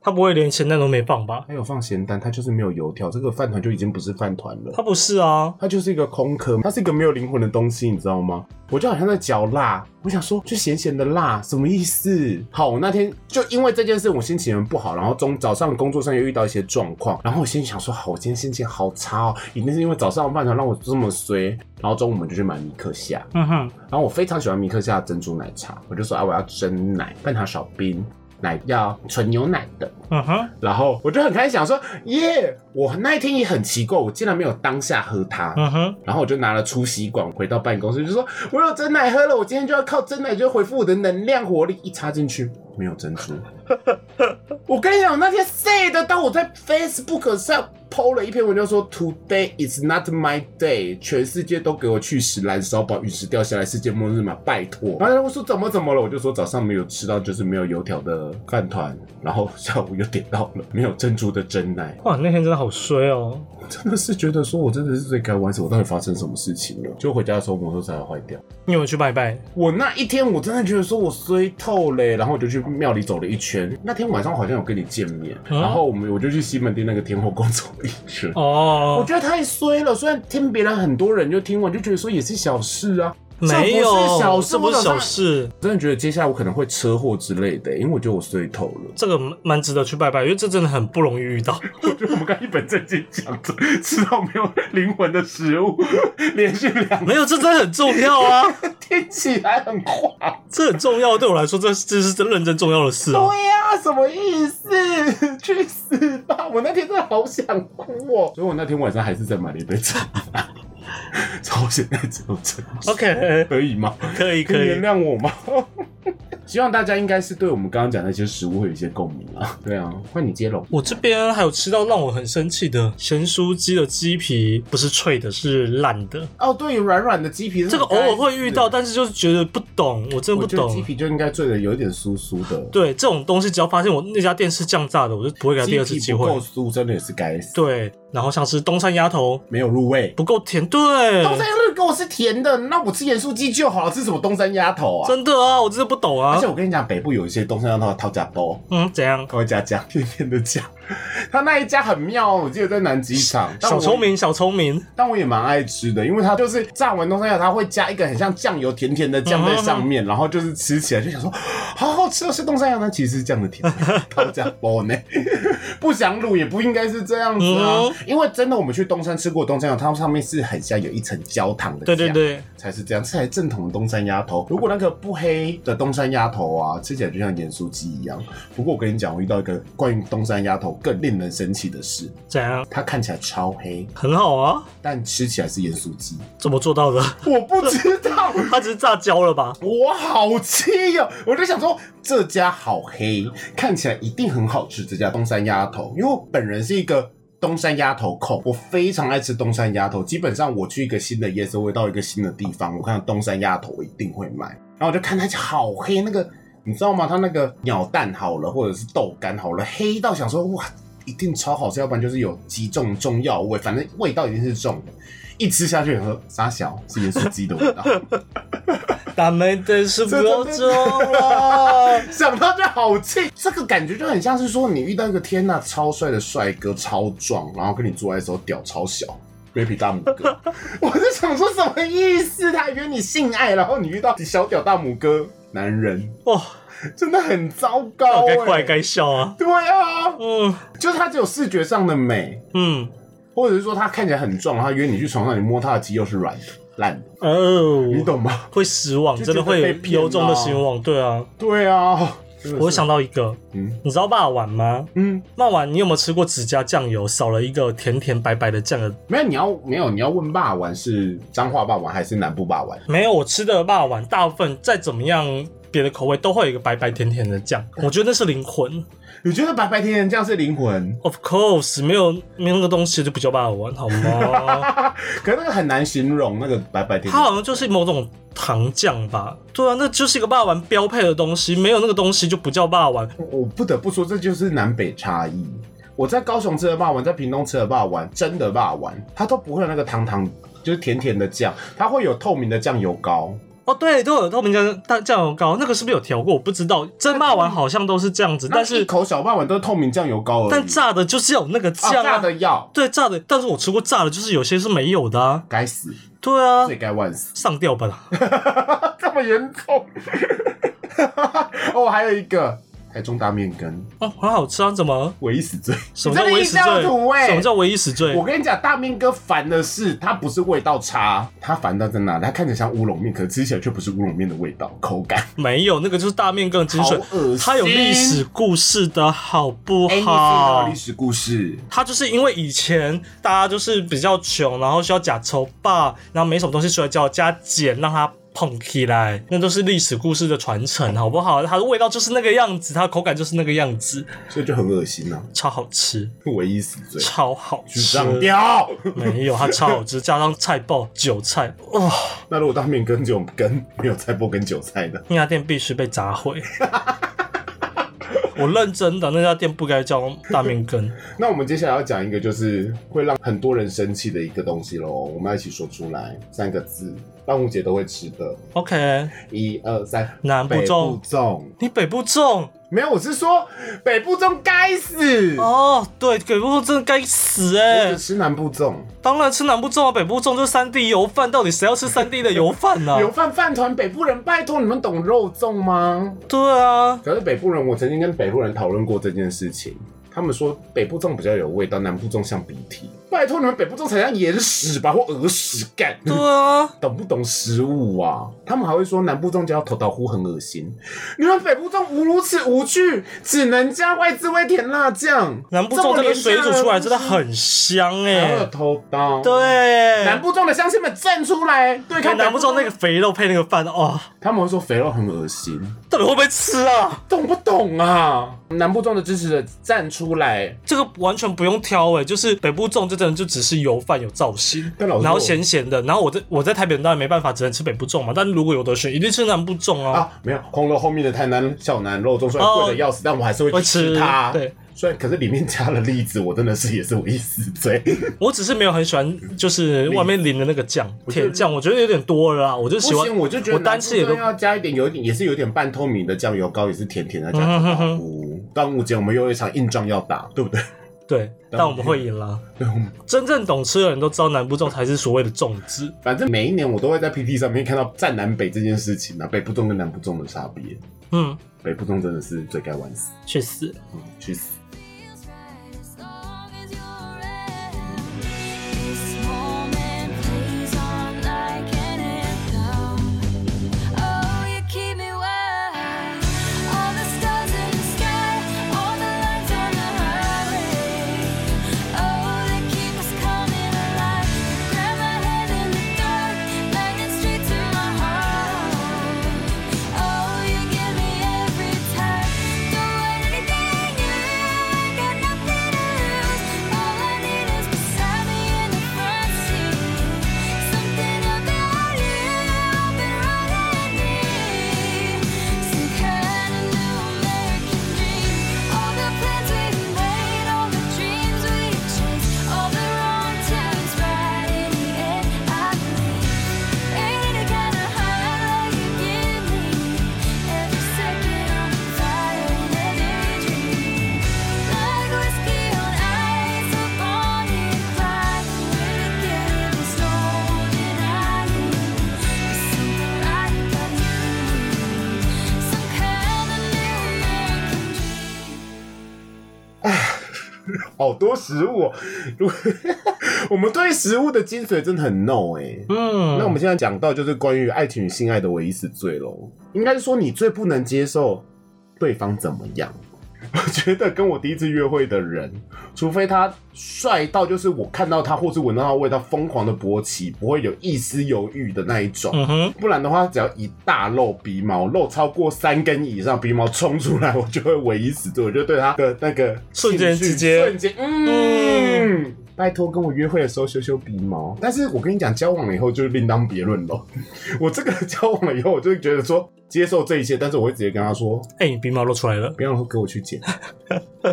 S2: 他不会连咸蛋都没放吧？
S1: 它有放咸蛋，它就是没有油条，这个饭团就已经不是饭团了
S2: 他。不是啊，
S1: 它就是一个空壳，它是一个没有灵魂的东西，你知道吗？我就好像在嚼蜡，我想说就咸咸的辣，什么意思？好，我那天就因为这件事，我心情很不好，然后中早上工作上又遇到一些状况，然后我心里想说，好，我今天心情好差哦，一定是因为早上饭团让我这么衰，然后中午我们就去买米克夏，
S2: 嗯哼，
S1: 然后我非常喜欢米克夏的珍珠奶茶，我就说啊，我要真奶，半糖少冰，奶要纯牛奶的，
S2: 嗯哼，
S1: 然后我就很开心，想说耶！我那一天也很奇怪，我竟然没有当下喝它，
S2: 嗯哼，
S1: 然后我就拿了出吸管回到办公室，就说我有真奶喝了，我今天就要靠真奶就恢复我的能量活力。一插进去没有珍珠， 我跟你讲，那天 say 的，当我在 Facebook 上 PO 了一篇文章说 Today is not my day，全世界都给我去死，燃烧吧，陨石掉下来，世界末日嘛，拜托。然后我说怎么怎么了，我就说早上没有吃到就是没有油条的饭团，然后下午又点到了没有珍珠的真奶，
S2: 哇，那天真的好衰哦。
S1: 真的是觉得说，我真的是最该玩死，我到底发生什么事情了？就回家的时候，摩托车才坏掉。
S2: 你有没有去拜拜？
S1: 我那一天我真的觉得说我衰透嘞，然后我就去庙里走了一圈。那天晚上我好像有跟你见面，
S2: 嗯
S1: 然后我们我就去西门町那个天后宫走了一圈。
S2: 哦
S1: 我，觉得太衰了，虽然听别人很多人就听完就觉得说也是小事啊，这
S2: 没
S1: 不
S2: 有
S1: 是小事
S2: 这不
S1: 我
S2: 是
S1: 早
S2: 小
S1: 上
S2: 事，
S1: 真的觉得接下来我可能会车祸之类的、因为我觉得我衰透了。
S2: 这个蛮蛮值得去拜拜，因为这真的很不容易遇到。
S1: 我觉得我们刚一本正经讲着吃到没有灵魂的食物，连续两
S2: 没有，这真的很重要啊，
S1: 听起来很滑。
S2: 这很重要，对我来说，这这是真认真重要的事啊。
S1: 呀、什么意思？去死吧！我那天真的好想哭哦。所以我那天晚上还是在买了一杯茶， 超现在只有这样
S2: OK，
S1: 可以吗？
S2: 可以
S1: 可
S2: 可
S1: 以
S2: 以
S1: 原，谅我吗？希望大家应该是对我们刚刚讲那些食物会有一些共鸣啊。对啊，换你接龙。
S2: 我这边还有吃到让我很生气的咸酥鸡的鸡皮，不是脆的，是烂的。
S1: 哦，对，软软的鸡皮，
S2: 这个偶尔会遇到，。但是就是觉得不懂，我真的
S1: 我
S2: 不
S1: 觉得鸡
S2: 懂。
S1: 皮就应该做的有一点酥酥的，
S2: 对这种东西，只要发现我那家店是酱炸的，我就不会给他第二次
S1: 鸡
S2: 机
S1: 皮不
S2: 会
S1: 够。酥真的也是该死，
S2: 对，然后像是东山鸭头
S1: 没有入味。
S2: 不够甜，对，
S1: 东山鸭头跟我是甜的，那我吃盐酥鸡就好，吃什么东山鸭头啊？
S2: 真的啊，我真的不懂
S1: 而
S2: 啊
S1: 且。我跟你讲，北部有一些东山鸭头的掏假包，
S2: 嗯，怎样？
S1: 他会加酱，片片的酱。他那一家很妙哦，我记得在南极场。但
S2: 小
S1: 我
S2: 聪明，小聪明，
S1: 但我也蛮爱吃的，因为它就是炸完东山鸭，它会加一个很像酱油甜甜的酱
S2: 嗯
S1: 在上面，然后就是吃起来就想说，好好吃哦，是东山鸭，但其实是酱的甜，好加包呢， 不想卤也不应该是这样子啊，
S2: 嗯
S1: 因为真的我们去东山吃过东山鸭，它上面是很像有一层焦糖的，
S2: 对对。对，
S1: 才是这样，这才是正统的东山鸭头。如果那个不黑的东山鸭头啊，吃起来就像盐酥鸡一样。不过我跟你讲，我遇到一个关于东山鸭头更令人生气的事，
S2: 怎样？
S1: 它看起来超黑，
S2: 很好啊，
S1: 但吃起来是盐酥鸡。
S2: 怎么做到的？
S1: 我不知道，
S2: 他只是炸焦了吧？
S1: 我好气哦！我就想说，这家好黑，看起来一定很好吃。这家东山鸭头，因为我本人是一个。东山鸭头控，我非常爱吃东山鸭头。基本上我去一个新的夜市，我到一个新的地方，我看到东山鸭头，我一定会买。然后我就看它好黑，那个你知道吗？它那个鸟蛋好了，或者是豆干好了，黑到想说哇，一定超好吃，要不然就是有极重中药味，反正味道一定是重的。一吃下去，喝傻小是盐酥鸡的味道。
S2: 咱们的是不
S1: 这
S2: 要
S1: 真
S2: 中了。
S1: 想到就好气，这个感觉就很像是说你遇到一个天呐超帅的帅哥，超壮，然后跟你做爱的时候屌超小。baby 大拇哥， 我就想说什么意思？他以为你性爱，然后你遇到小屌大拇哥男人，
S2: 哇，
S1: 真的很糟
S2: 那
S1: 糕、
S2: 我
S1: 欸。
S2: 该哭还该笑啊。
S1: 对啊，
S2: 嗯
S1: 就是他只有视觉上的美，
S2: 嗯，
S1: 或者是说他看起来很壮，然后他约你去床上，你摸他的肌肉是软的、烂的，你
S2: 哦，
S1: 懂吗？
S2: 会失望，
S1: 就
S2: 真的
S1: 觉得被
S2: 会
S1: 骗
S2: 有由衷的
S1: 了
S2: 失望。对啊，
S1: 对啊，真的是
S2: 我想到一个，
S1: 嗯
S2: 你知道霸碗吗？
S1: 嗯，
S2: 霸碗，你有没有吃过指甲酱油少了一个甜甜白白的酱的？
S1: 没有，你要没有，你要问霸王是彰化霸王还是南部霸王？
S2: 没有，我吃的霸碗大部分再怎么样别的口味都会有一个白白甜甜的酱，
S1: 嗯
S2: 我觉得那是灵魂。
S1: 你觉得白白甜甜酱是灵魂？
S2: Of course，没有没有那个东西就不叫霸碗 好吗？
S1: 可是那个很难形容，那个白白甜
S2: 它
S1: 甜。
S2: 好像就是某种糖酱吧？对啊，那就是一个霸王标配的东西，没有那个东西就不叫霸王。
S1: 我不得不说，这就是南北差异。我在高雄吃的霸王，在屏东吃的霸王，真的霸王，它都不会有那个糖糖，就是甜甜的酱，它会有透明的酱油膏。
S2: 哦，对，都有透明酱大酱油膏，那个是不是有调过？我不知道，真霸王好像都是这样子，但
S1: 那一
S2: 是
S1: 口小霸王都是透明酱油膏而已。
S2: 但炸的就是有那个
S1: 啊
S2: 酱、啊
S1: 炸的要
S2: 对炸的，但是我吃过炸的，就是有些是没有的啊。
S1: 该死，
S2: 对啊，
S1: 罪该万死。
S2: 上吊吧啦！
S1: 这么严重？ 哦，还有一个台中大面羹，
S2: 哦，很好吃啊，怎么？
S1: 唯一死罪。
S2: 什么叫唯一死罪？
S1: 你真的异教徒欸
S2: 什么叫唯一死罪
S1: 我？跟你讲，大面哥烦的是，它不是味道差，它烦到在哪里？它看起来像乌龙面，可是吃起来却不是乌龙面的味道，口感。
S2: 没有，那个就是大面更精髓
S1: 好恶心，
S2: 它有历史故事的好不
S1: 哎、你是
S2: 好？
S1: 历史故事，
S2: 他就是因为以前大家就是比较穷，然后需要假愁吧，然后没什么东西，所以叫加碱让它捧起来，那都是历史故事的传承，好不好？它的味道就是那个样子，它的口感就是那个样子，
S1: 所以就很恶心啊，
S2: 超好吃，
S1: 唯一死罪。
S2: 超好
S1: 去
S2: 吃。
S1: 上吊！
S2: 没有，它超好吃，加上菜爆韭菜，哇、
S1: 那如果大面羹只有羹，没有菜脯跟韭菜的，
S2: 那家店必须被砸 毁。我认真的，那家店不该叫大面羹。
S1: 那我们接下来要讲一个就是会让很多人生气的一个东西喽，我们要一起说出来，三个字：端午节都会吃的。
S2: OK，
S1: 一二三，
S2: 南部
S1: 北
S2: 粽
S1: 部粽，
S2: 你北部粽
S1: 没有，我是说北部粽该死，
S2: 哦，对，北部粽真的该死哎、
S1: 我只吃南部粽，
S2: 当然吃南部粽啊，北部粽就是三 D 油饭，到底谁要吃三 D 的油饭啊 呢、
S1: 油饭饭团，北部人拜托你们懂肉粽吗？
S2: 对啊，
S1: 可是北部人，我曾经跟北部人讨论过这件事情，他们说北部粽比较有味道，南部粽像鼻涕。拜托你们北部粽才像眼屎吧，或耳屎干。
S2: 对啊，
S1: 懂不懂食物啊？他们还会说南部粽叫头头菇很恶心，你们北部粽无如此无趣，只能加外滋味甜辣酱。
S2: 南部粽
S1: 这么
S2: 这个水煮出来真
S1: 廉
S2: 的很
S1: 价的东西，
S2: 香哎、
S1: 还有头刀。，
S2: 对，
S1: 南部粽的乡亲们站出来对
S2: 看
S1: 抗
S2: 南部粽那
S1: 个，
S2: 个肥肉配那个饭哦，
S1: 他们会说肥肉很恶心，
S2: 到底会不会吃啊？
S1: 懂不懂啊？南部粽的支持者站出来，
S2: 这个完全不用挑哎、就是北部粽这真的就只是油饭有造型，
S1: 但老师
S2: 然后
S1: 我
S2: 咸咸的，然后我在我在台北人当然没办法，只能吃北部粽嘛。但如果有得选，一定吃南部粽啊。
S1: 啊，没有红楼后面的台南小南肉粽虽然贵的要死，但我还是
S2: 会
S1: 哦会去
S2: 吃
S1: 吃它。
S2: 对，
S1: 虽然可是里面加了栗子，我真的是也是我一死 罪。
S2: 我只是没有很喜欢，就是外面淋的那个酱，
S1: 觉得
S2: 甜酱，我觉得有点多了啦。我就喜
S1: 不
S2: 欢
S1: 行，，我就觉得
S2: 我单吃也
S1: 南
S2: 都
S1: 部粽要加一点，有一点也是有点半透明的酱油膏，也是甜甜的加
S2: 嗯哼
S1: 糖
S2: 哼
S1: 糊。端午节我们又有一场硬仗要打，对不 对？
S2: 对，但我们会赢啦。真正懂吃的人都知道南部粽才是所谓的粽子。
S1: 反正每一年我都会在 PT 上面看到站南北这件事情啊，北部粽跟南部粽的差别。
S2: 嗯，
S1: 北部粽真的是罪该万死，
S2: 去死！
S1: 嗯，去死！
S3: feels right as long as you're around. This moment plays on like an anthem. Oh, you keep me wild. All the stars in the sky, all the lights on the highway. Oh, they keep us coming alive. You grab my hand in the dark, lightning straight to my heart. Oh, you give me every time. Don't want anything you got nothing to lose. All I need is beside me in the front seat. Something about you, I've been running deep. Some kind of new American dream. All the plans we've made, all the dreams we chase, all the wrong turns right in the end. I believe. Ain't it kinda high like you give me? Every second I'm fire in every dream. Like whiskey on ice, a bonfire we're together, it's holding on. Something right about you, some kind of new American dream.
S1: 好多食物、哦，如 我们对食物的精髓真的很 no 哎、
S2: 嗯，
S1: 那我们现在讲到就是关于爱情与性爱的唯一死罪喽，应该是说你最不能接受对方怎么样。 我觉得跟我第一次约会的人，除非他帅到就是我看到他或是闻到他的味道疯狂的勃起，不会有一丝犹豫的那一种，
S2: 嗯哼，
S1: 不然的话只要一大漏鼻毛，漏超过三根以上，鼻毛冲出来，我就会唯一死罪，我就对他的那个
S2: 瞬间
S1: 兴趣
S2: 直接
S1: 瞬间嗯。拜托，跟我约会的时候修修鼻毛。但是我跟你讲，交往了以后就另当别论喽。 我这个交往了以后，我就会觉得说接受这一切，但是我会直接跟他说，
S2: 哎、你鼻毛露出来了，
S1: 不要给我去 剪。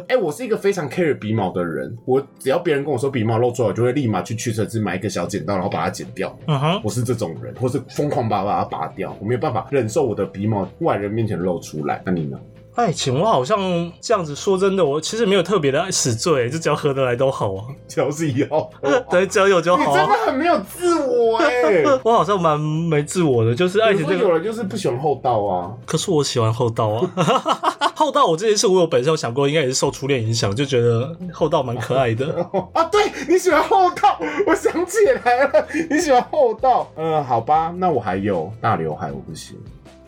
S1: 哎、我是一个非常 care 鼻毛的人，我只要别人跟我说鼻毛露出来，我就会立马去屈臣氏买一个小剪刀，然后把它剪掉。
S2: 嗯哼，
S1: 我是这种人，或是疯狂把把它拔掉，我没有办法忍受我的鼻毛外人面前露出来。那你呢？
S2: 爱情我哎好像这样子说真的，我其实没有特别的死罪、就只要合得来都好啊。
S1: 就是 以后，
S2: 对，只要有就
S1: 你
S2: 好
S1: 哦哎真
S2: 啊
S1: 的。很没有自我哎、
S2: 我好像蛮没自我的，就是爱
S1: 比如
S2: 情
S1: 说
S2: 这
S1: 有
S2: 个。
S1: 人就是不喜欢厚道啊，
S2: 可是我喜欢厚道啊， 厚道我这件事，我有本身有想过，应该也是受初恋影响，就觉得厚道蛮可爱 的。
S1: 啊，对你喜欢厚道，我想起来了，你喜欢厚道。 呃，好吧，那我还有大刘海，我不行。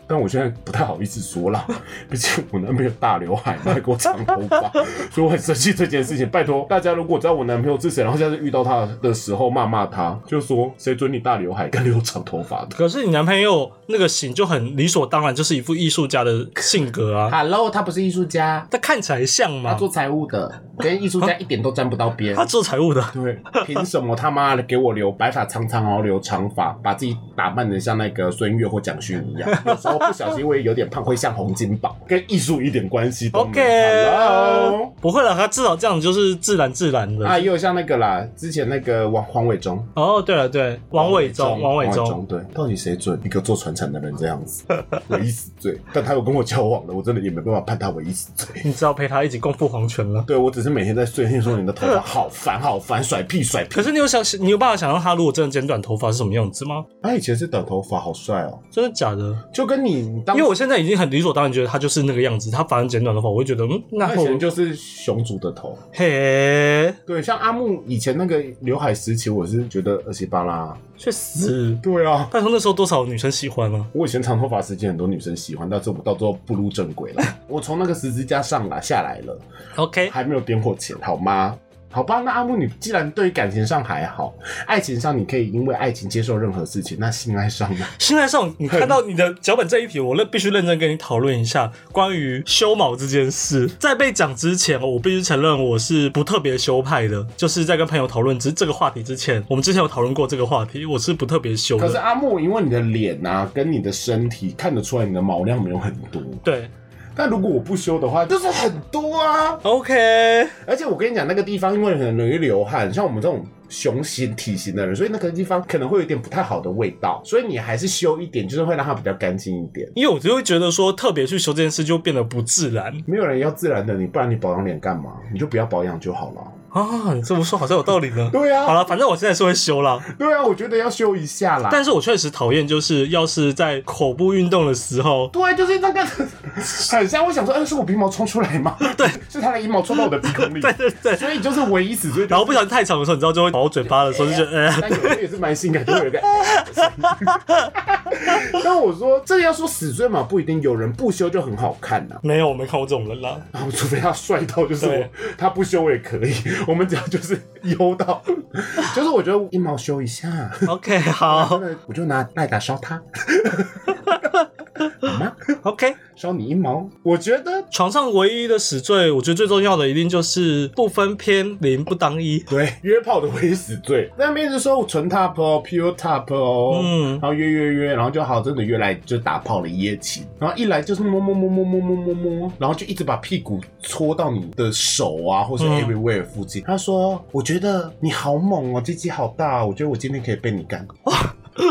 S1: 但我现在不太好意思说啦， 毕竟我男朋友大刘海，他还给我长头发， 所以我很生气这件事情。拜托大家，如果知道我男朋友是谁，然后下次遇到他的时候骂骂他，就说谁准你大刘海跟留长头发的
S2: 可是你男朋友那个型就很理所当然，就是一副艺术家的性格 啊，
S1: ？Hello，他不是艺术家，
S2: 他看起来像嘛，
S1: 财务的，跟艺术家一点都沾不到 边
S2: 他做财 务的，
S1: 对，凭什么他妈的给 我留白发苍苍，然后留长发，把自己打扮的像那个孙悦或蒋勋一样？有时候不小心会有点胖，会像洪金宝，跟艺术一点关系都没
S2: OK，
S1: 有。Hello，
S2: 不会了，他至少这样就是自然自然的。
S1: 啊，也有像那个啦，之前那个王黄伟忠。
S2: 哦，对了，对，王伟忠，王伟忠，
S1: 对，到底谁准一个做传承的人这样 子唯一死罪？但他有跟我交往了，我真的也没办法判他唯一死罪。
S2: 你只要陪他一起共赴黄泉了。
S1: 对我只是每天在碎念说你的头发好烦好烦，甩屁甩屁
S2: 可。是你有想，你有办法想象他如果真的剪短头发是什么样子吗？
S1: 他以前是短头发，好帅哦，
S2: 真的假的？
S1: 就跟你你当
S2: 因为我现在已经很理所当然觉得他就是那个样子，他反而剪短头发，我会觉得嗯，那
S1: 他以
S2: 后
S1: 前就是熊族的头。
S2: 嘿
S1: 对，像阿木以前那个刘海时期，我是觉得二七八啦。
S2: 去死！
S1: 对啊，
S2: 拜托那时候多少女生喜欢啊？
S1: 我以前长头发时期很多女生喜欢，但是我到最后步入正轨了。 我从那个十字架上来下来了。
S2: OK，
S1: 还没有点火前，好吗？好吧，那阿木，你既然对于感情上还好，爱情上你可以因为爱情接受任何事情，那性爱上呢？
S2: 现在上你看到你的脚本这一题，我认必须认真跟你讨论一下关于修毛这件事。在被讲之前，我必须承认我是不特别修派的，就是在跟朋友讨论之这个话题之前，我们之前有讨论过这个话题，我是不特别修
S1: 可是
S2: 的。
S1: 阿木，因为你的脸啊跟你的身体看得出来你的毛量没有很多，
S2: 对
S1: 但如果我不修的话，就是很多啊。
S2: ，OK，
S1: 而且我跟你讲，那个地方因为很容易流汗，像我们这种雄型体型的人，所以那个地方可能会有点不太好的味道，所以你还是修一点，就是会让它比较干净一点。
S2: 因为我就会觉得说特别去修这件事就变得不自然
S1: 没有人要自然的你，不然你保养脸干嘛？你就不要保养就好了。
S2: 啊。你这么说好像有道理呢。
S1: 对啊
S2: 好了，反正我现在是会修啦。
S1: 对啊，我觉得要修一下啦。
S2: 但是我确实讨厌，就是要是在口部运动的时候，
S1: 对，啊就是那 个很像。我想说，哎、是我鼻毛冲出来吗？对， 是他的阴毛冲到我的鼻孔里。
S2: 对对对，
S1: 所以就是唯一死罪。
S2: 然后不小心太长的时候，你知道就会跑嘴巴的时候，就觉得呃，
S1: 但有的也是蛮性感，就会有一个。但我说，这个要说死罪嘛，不一定。有人不修就很好看呐、
S2: 没有，我没看过这种 人啦。
S1: 啊，除非他帅到，就是我
S2: 对
S1: 他不修我也可以。我们只要就是优到，就是我觉得阴毛修一下，
S2: OK，好
S1: 真的，我就拿赖打烧他， 好吗？
S2: ，OK。
S1: 烧你阴毛，我觉得
S2: 床上唯一的死罪，我觉得最重要的一定就是不分偏零不当一。
S1: 对，约炮的唯一死罪。那边是说纯 top 哦，pure top 哦，
S2: 嗯
S1: 然后约约约，然后就好，真的约来就打炮了一夜情，然后一来就是摸摸摸摸摸摸摸摸，然后就一直把屁股戳到你的手啊，或是
S2: 嗯
S1: everywhere 附近。他说：“我觉得你好猛哦，鸡鸡好大、哦，我觉得我今天可以被你 干。”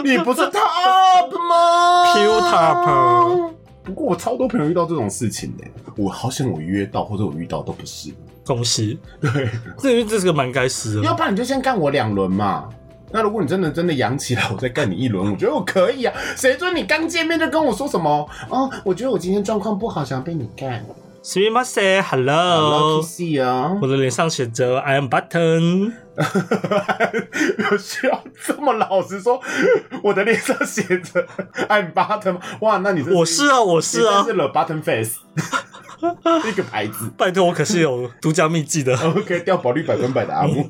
S1: 你不是 top 吗
S2: Pure top
S1: 不过我超多朋友遇到这种事情的、我好想我约到或者我遇到都不是，
S2: 恭喜，
S1: 对。
S2: 这这是个蛮该死
S1: 要
S2: 的。
S1: 不然你就先干我两轮嘛。那如果你真的真的养起来，我再干你一轮，我觉得我可以啊。谁准你刚见面就跟我说什么？哦，我觉得我今天状况不好，想被你干。
S2: s w i m a s e h e l l
S1: 我
S2: o
S1: lucky see 啊
S2: 我，的脸上写着 I am button。
S1: 有 需要这么老实说？我的脸上写着 I'm button，哇，那你真
S2: 我是啊，我是啊
S1: 你真，是了 button face 一个牌子。
S2: 拜托，我可是有独家秘籍的。
S1: OK，掉保率百分百的阿 木。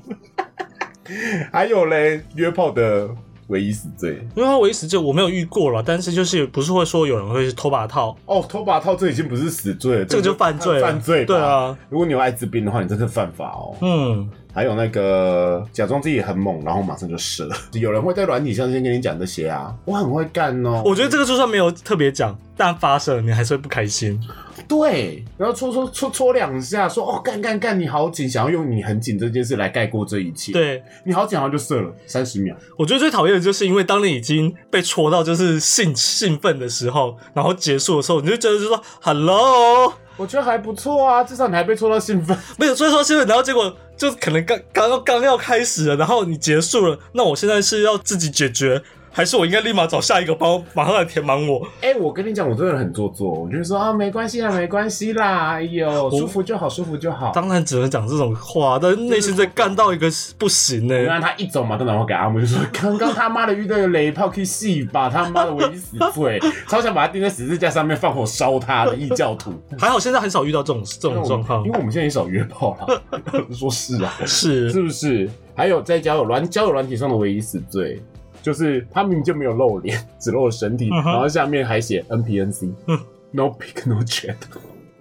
S1: 还有嘞，约炮的唯一死罪
S2: 因为他唯一死罪我没有遇过了，但是就是不是会说有人会去偷把套，
S1: 哦，偷把套这已经不是死罪了，
S2: 这个就犯罪了
S1: 犯罪吧
S2: 对啊，
S1: 如果你有艾滋病的话，你真是犯法哦。
S2: 嗯，
S1: 还有那个假装自己很猛，然后马上就射，有人会在软体上先跟你讲这些啊，我很会干哦。
S2: 我觉得这个就算没有特别讲，但发生了你还是会不开心。
S1: 对，然后戳戳戳戳两下，说哦干干干，你好紧，想要用你很紧这件事来概括这一切。，
S2: 对，
S1: 你好紧，然后就射了三十秒。
S2: 我觉得最讨厌的就是，因为当你已经被戳到就是兴兴奋的时候，然后结束的时候，你就觉得就说 “hello”，
S1: 我觉得还不错啊，至少你还被戳到兴奋。
S2: 没有最说兴奋，然后结果就可能刚刚刚刚要开始了，然后你结束了，那我现在是要自己解决，还是我应该立马找下一个包马上来填满我？
S1: 哎、我跟你讲，我真的很做作，我就说啊，没关系啦，没关系啦，哎呦，舒服就好，舒服就好。
S2: 当然只能讲这种话，但是内心在干到一个不行欸呢、
S1: 你看他一走马灯，然后给阿木就说：“刚刚他妈的遇到个雷炮，可以戏把他妈的唯一死罪，超想把他钉在十字架上面放火烧他的异教 徒。
S2: 还好现在很少遇到这种这”种状况
S1: 因，为我们现在也少约炮了， 说是啊，是
S2: 是
S1: 不是？还有在交友软交友软体上的唯一死罪，就是他明明就没有露脸， 只露了身体，
S2: 嗯哼
S1: 然后下面还写 N P N C，
S2: 嗯
S1: n o pic no chat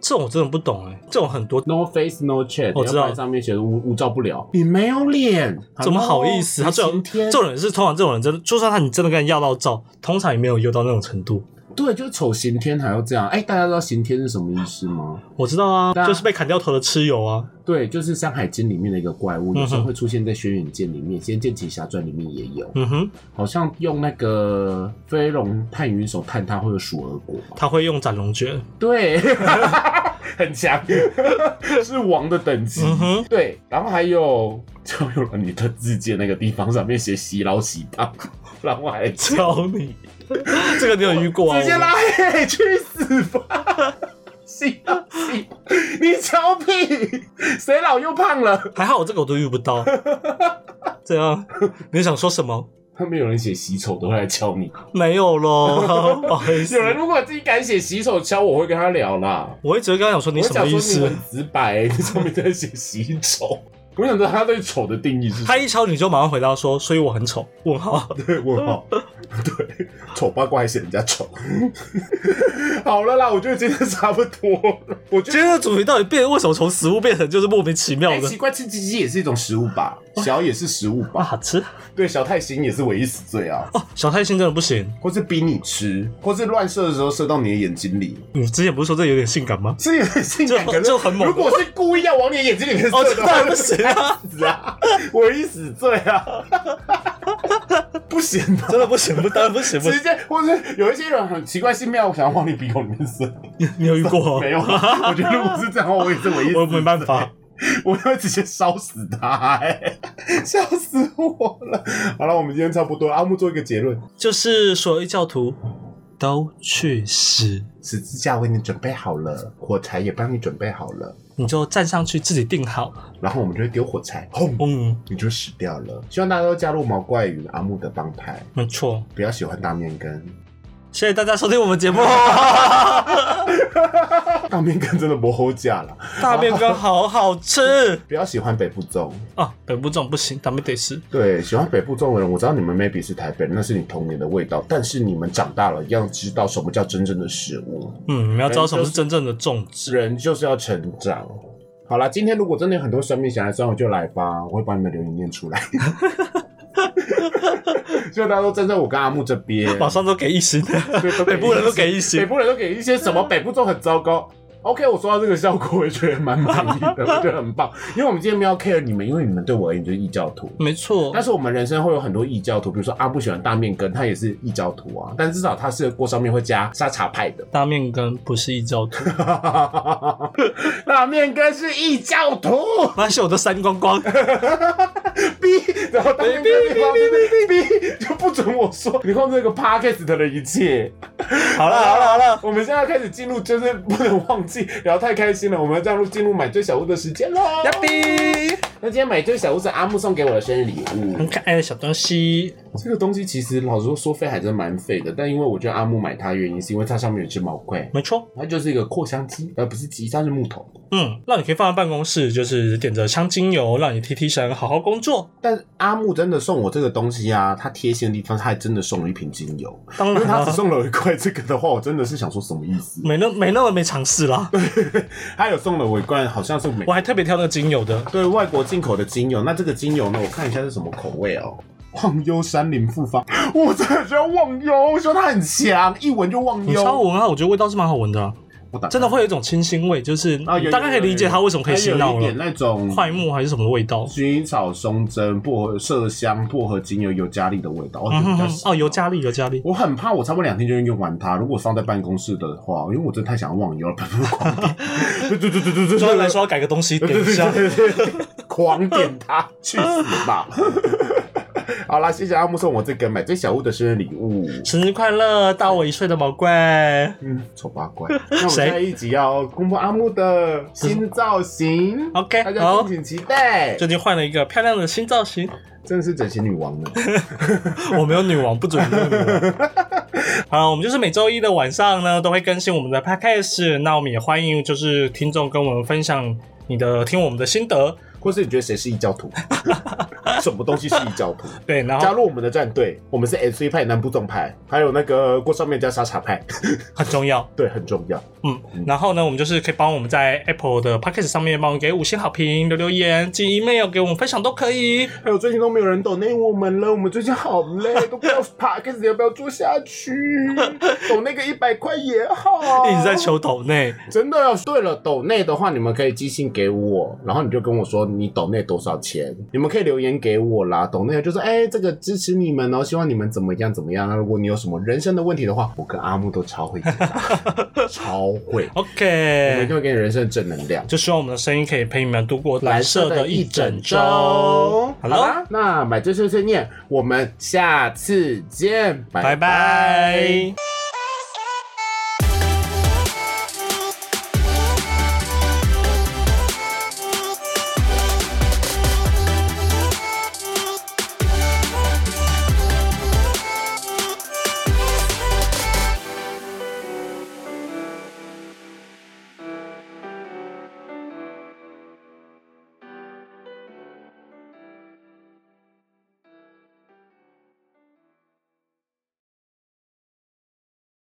S2: 这种我真的不懂哎、这种很多
S1: no face no chat，
S2: 我知
S1: 要
S2: 道
S1: 不然上面写的无无照不了，你没有脸，
S2: 怎么好意思？他
S1: 这
S2: 这种
S1: 天
S2: 这种人是通常这种人真的，就算他你真的跟人要到照，通常也没有优到那种程度。
S1: 对，就是丑刑天还要这样。哎、大家知道刑天是什么意思吗？
S2: 我知道啊，
S1: 对啊
S2: 就是被砍掉头的蚩尤啊。
S1: 对，就是《山海经》里面的一个怪物，有时
S2: 嗯
S1: 候
S2: 哼
S1: 会出现在《轩辕剑》里面，《仙剑奇侠传》里面也有，
S2: 嗯哼，
S1: 好像用那个飞龙探云手探它会有鼠耳果嘛。
S2: 他会用斩龙诀。
S1: 对， 很强，是王的等级。
S2: 嗯哼，
S1: 对，然后还有就有了你的字界那个地方上面写洗脑洗烫，然后还直
S2: 教你， 这个你有遇过啊？
S1: 接
S2: 我
S1: 拉黑，去死吧！洗脑洗，你瞧屁，谁老又胖了？
S2: 还好，我这个我都遇不到。 怎样？你想说什么？
S1: 他们有人写洗丑都会来敲你，
S2: 没有咯， 不好意思
S1: 有。人如果自己敢写洗手敲，我会跟他聊啦。
S2: 我一直会跟他讲说你
S1: 我会
S2: 什
S1: 讲
S2: 么
S1: 说
S2: 意
S1: 你
S2: 思
S1: 很，直白、 你上面在写洗丑，我想知道他对丑的定义是什么
S2: 他一敲你就马上回答说，所以我很丑。问号。
S1: 对，问号， 对，丑八怪还嫌人家丑。 好了啦，我觉得今天差不多了。我觉
S2: 今天的主题到底变为什么从食物变成就是莫名其妙
S1: 哎、
S2: 的
S1: 奇？怪，吃鸡鸡也是一种食物吧？小也是食物
S2: 哇，
S1: 吧？
S2: 好啊吃
S1: 对，小太行也是唯一死罪啊，
S2: 哦！小太星真的不行。
S1: 或是逼你吃，或是乱射的时候射到你的眼睛里，
S2: 你之前不是说这有点性感吗？
S1: 是有点性感，
S2: 这
S1: 可是
S2: 这很猛
S1: 如果是故意要往你的眼睛里面
S2: 哦，
S1: 射
S2: 这
S1: 的
S2: 当
S1: 话，
S2: 然不行啊，
S1: 死啊， 唯一死罪啊，不行的。
S2: 真的不行，不当然不行，不
S1: 直
S2: 行。
S1: 接，或是有一些人很奇怪，性妙想要往你鼻孔里面射，
S2: 你你有遇过？
S1: 没有，啊我觉得如果是这样的话，我也是唯一，
S2: 哦 我没办法，
S1: 我会直接烧死他、哎， 笑死我了。好了，我们今天差不多了，阿木做一个结论：
S2: 就是所有异教徒都去死，
S1: 十字架为你准备好了，火柴也帮你准备好了，
S2: 你就站上去自己定好。
S1: 然后我们就会丢火柴，轰，
S2: 嗯，
S1: 你就死掉了。希望大家都加入毛怪与阿木的帮派，
S2: 没错。
S1: 不要喜欢大面根，
S2: 谢谢大家收听我们节目，
S1: 大面根真的磨猴架了。
S2: 大面羹好好吃
S1: 不要喜欢北部粽，
S2: 啊！本部种不行，咱们得吃。
S1: 对，喜欢北部粽的人，我知道你们 maybe 是台北人，那是你童年的味道，但是你们长大了要知道什么叫真正的食物。
S2: 嗯，你们要知道什么
S1: 就是是
S2: 真正的种植。
S1: 人就是要成长。好啦，今天如果真的有很多酸面想来酸，我就来吧，我会把你们留言念出来。 希望大家都站在我跟阿木这边。
S2: 马上都给一 星，
S1: 对都给
S2: 北部人都给一
S1: 北
S2: 星。
S1: 部人都给一些 什么北部粽很糟糕。OK，我说到这个效果，我也觉得蛮满意的，我觉得很棒。因为我们今天没有 care 你们，因为你们对我而言就是异教徒。
S2: 没错
S1: 但，是我们人生会有很多异教徒，比如说阿布喜欢大面羹，他也是异教徒啊，但至少他是锅上面会加沙茶派 的。
S2: 大面羹不是异教徒，
S1: 大面羹是异教徒，
S2: 那些我都删光光。
S1: 哔，然后大面羹地方哔哔就不准我说， 你控制这个 podcast 的一切。
S2: 好了好了好了，
S1: 我们现在开始进入，就是不能忘记聊太开心了，我们要进入进入买最小物的时间喽。
S2: 呀比，
S1: 那今天买最小物是阿木送给我的生日礼物。
S2: 很可爱的小东西。
S1: 这个东西其实老实说说费还真蛮费的，但因为我觉得阿木买它原因是因为它上面有一只毛怪，
S2: 没错，
S1: 它就是一个扩香机，呃而不是机，它是木头。
S2: 嗯，让你可以放在办公室，就是点着香精油，让你提提神，好好工作。
S1: 但是阿木真的送我这个东西啊，他贴心的地方，他还真的送了一瓶精油。
S2: 当
S1: 因为
S2: 然
S1: 他只
S2: 啦，
S1: 送了我一块这个的话，我真的是想说什么意思？
S2: 没那没那么没尝试啦。
S1: 他有送了我一罐，好像是美
S2: 我还特别挑那个精油的，
S1: 对外国进口的精油。那这个精油呢，我看一下是什么口味哦。忘忧山林复方，我真的觉得忘忧，我说它很强，一闻就忘
S2: 你稍
S1: 忧。
S2: 微闻啊，我觉得味道是蛮好闻的啊、
S1: 我打开
S2: 真的会有一种清新味，就是
S1: 啊，有
S2: 你大概可以理解它为什么可以洗
S1: 还有
S2: 脑
S1: 一点
S2: 了。
S1: 那种
S2: 快木还是什么的味道？
S1: 薰衣草、松针、薄荷、麝香、薄荷精油、尤加利的味道，我觉
S2: 嗯
S1: 得比
S2: 哼
S1: 较
S2: 哼
S1: 喜，欢
S2: 哦，尤加利，尤加利，
S1: 我很怕，我差不多两天就用完它。如果放在办公室的话，因为我真的太想忘忧了，狂点，对对对对对对，
S2: 专门来说要改个东西
S1: 对，
S2: 点
S1: 对
S2: 一下。
S1: 对对对对，狂点它，去死 吧！好啦，谢谢阿木送我这个买最小物的生日礼物。
S2: 生日快乐，大我一岁的毛怪。
S1: 嗯，丑八怪。那我们
S2: 谁
S1: 下一集要公布阿木的新造型
S2: OK，
S1: 大家
S2: 好
S1: 敬请期待。
S2: 最近换了一个漂亮的新造型，
S1: 真的是整形女王呢。
S2: 我没有女王，不准你有女王。好，我们就是每周一的晚上呢，都会更新我们的 podcast。那我们也欢迎就是听众跟我们分享你的听我们的心得，
S1: 或是你觉得谁是异 教徒？什么东西是异教徒？
S2: 对，然
S1: 加
S2: 后
S1: 入我们的战队，我们是 S C 派、南部纵派，还有那个郭上面加沙茶派，
S2: 很重要，
S1: 对，很重要。
S2: 嗯，然后呢，我们就是可以帮我们在 Apple 的 Podcast 上面帮我们给五星好评、留留言、寄 email 给我们分享都可以。
S1: 还有最近都没有人懂内我们了，我们最近好累，都不知 道 p o d 要不要做下去，懂那个一百块也好。
S2: 一直在求抖内，
S1: 真的哦。对了，抖内的话，你们可以寄信给我，然后你就跟我说你抖内多少钱，你们可以留言给我啦。抖内就说，哎、这个支持你们哦，希望你们怎么样怎么样。那如果你有什么人生的问题的话，我跟阿木都超会解答，超 会，我们一
S2: OK，
S1: 定会给你人生的正能量。
S2: 就希望我们的声音可以陪你们度过蓝色的一整周。
S1: 好
S2: 好了
S1: 啦，，那买醉碎碎念，我们下次见，
S2: 拜
S1: 拜
S2: 拜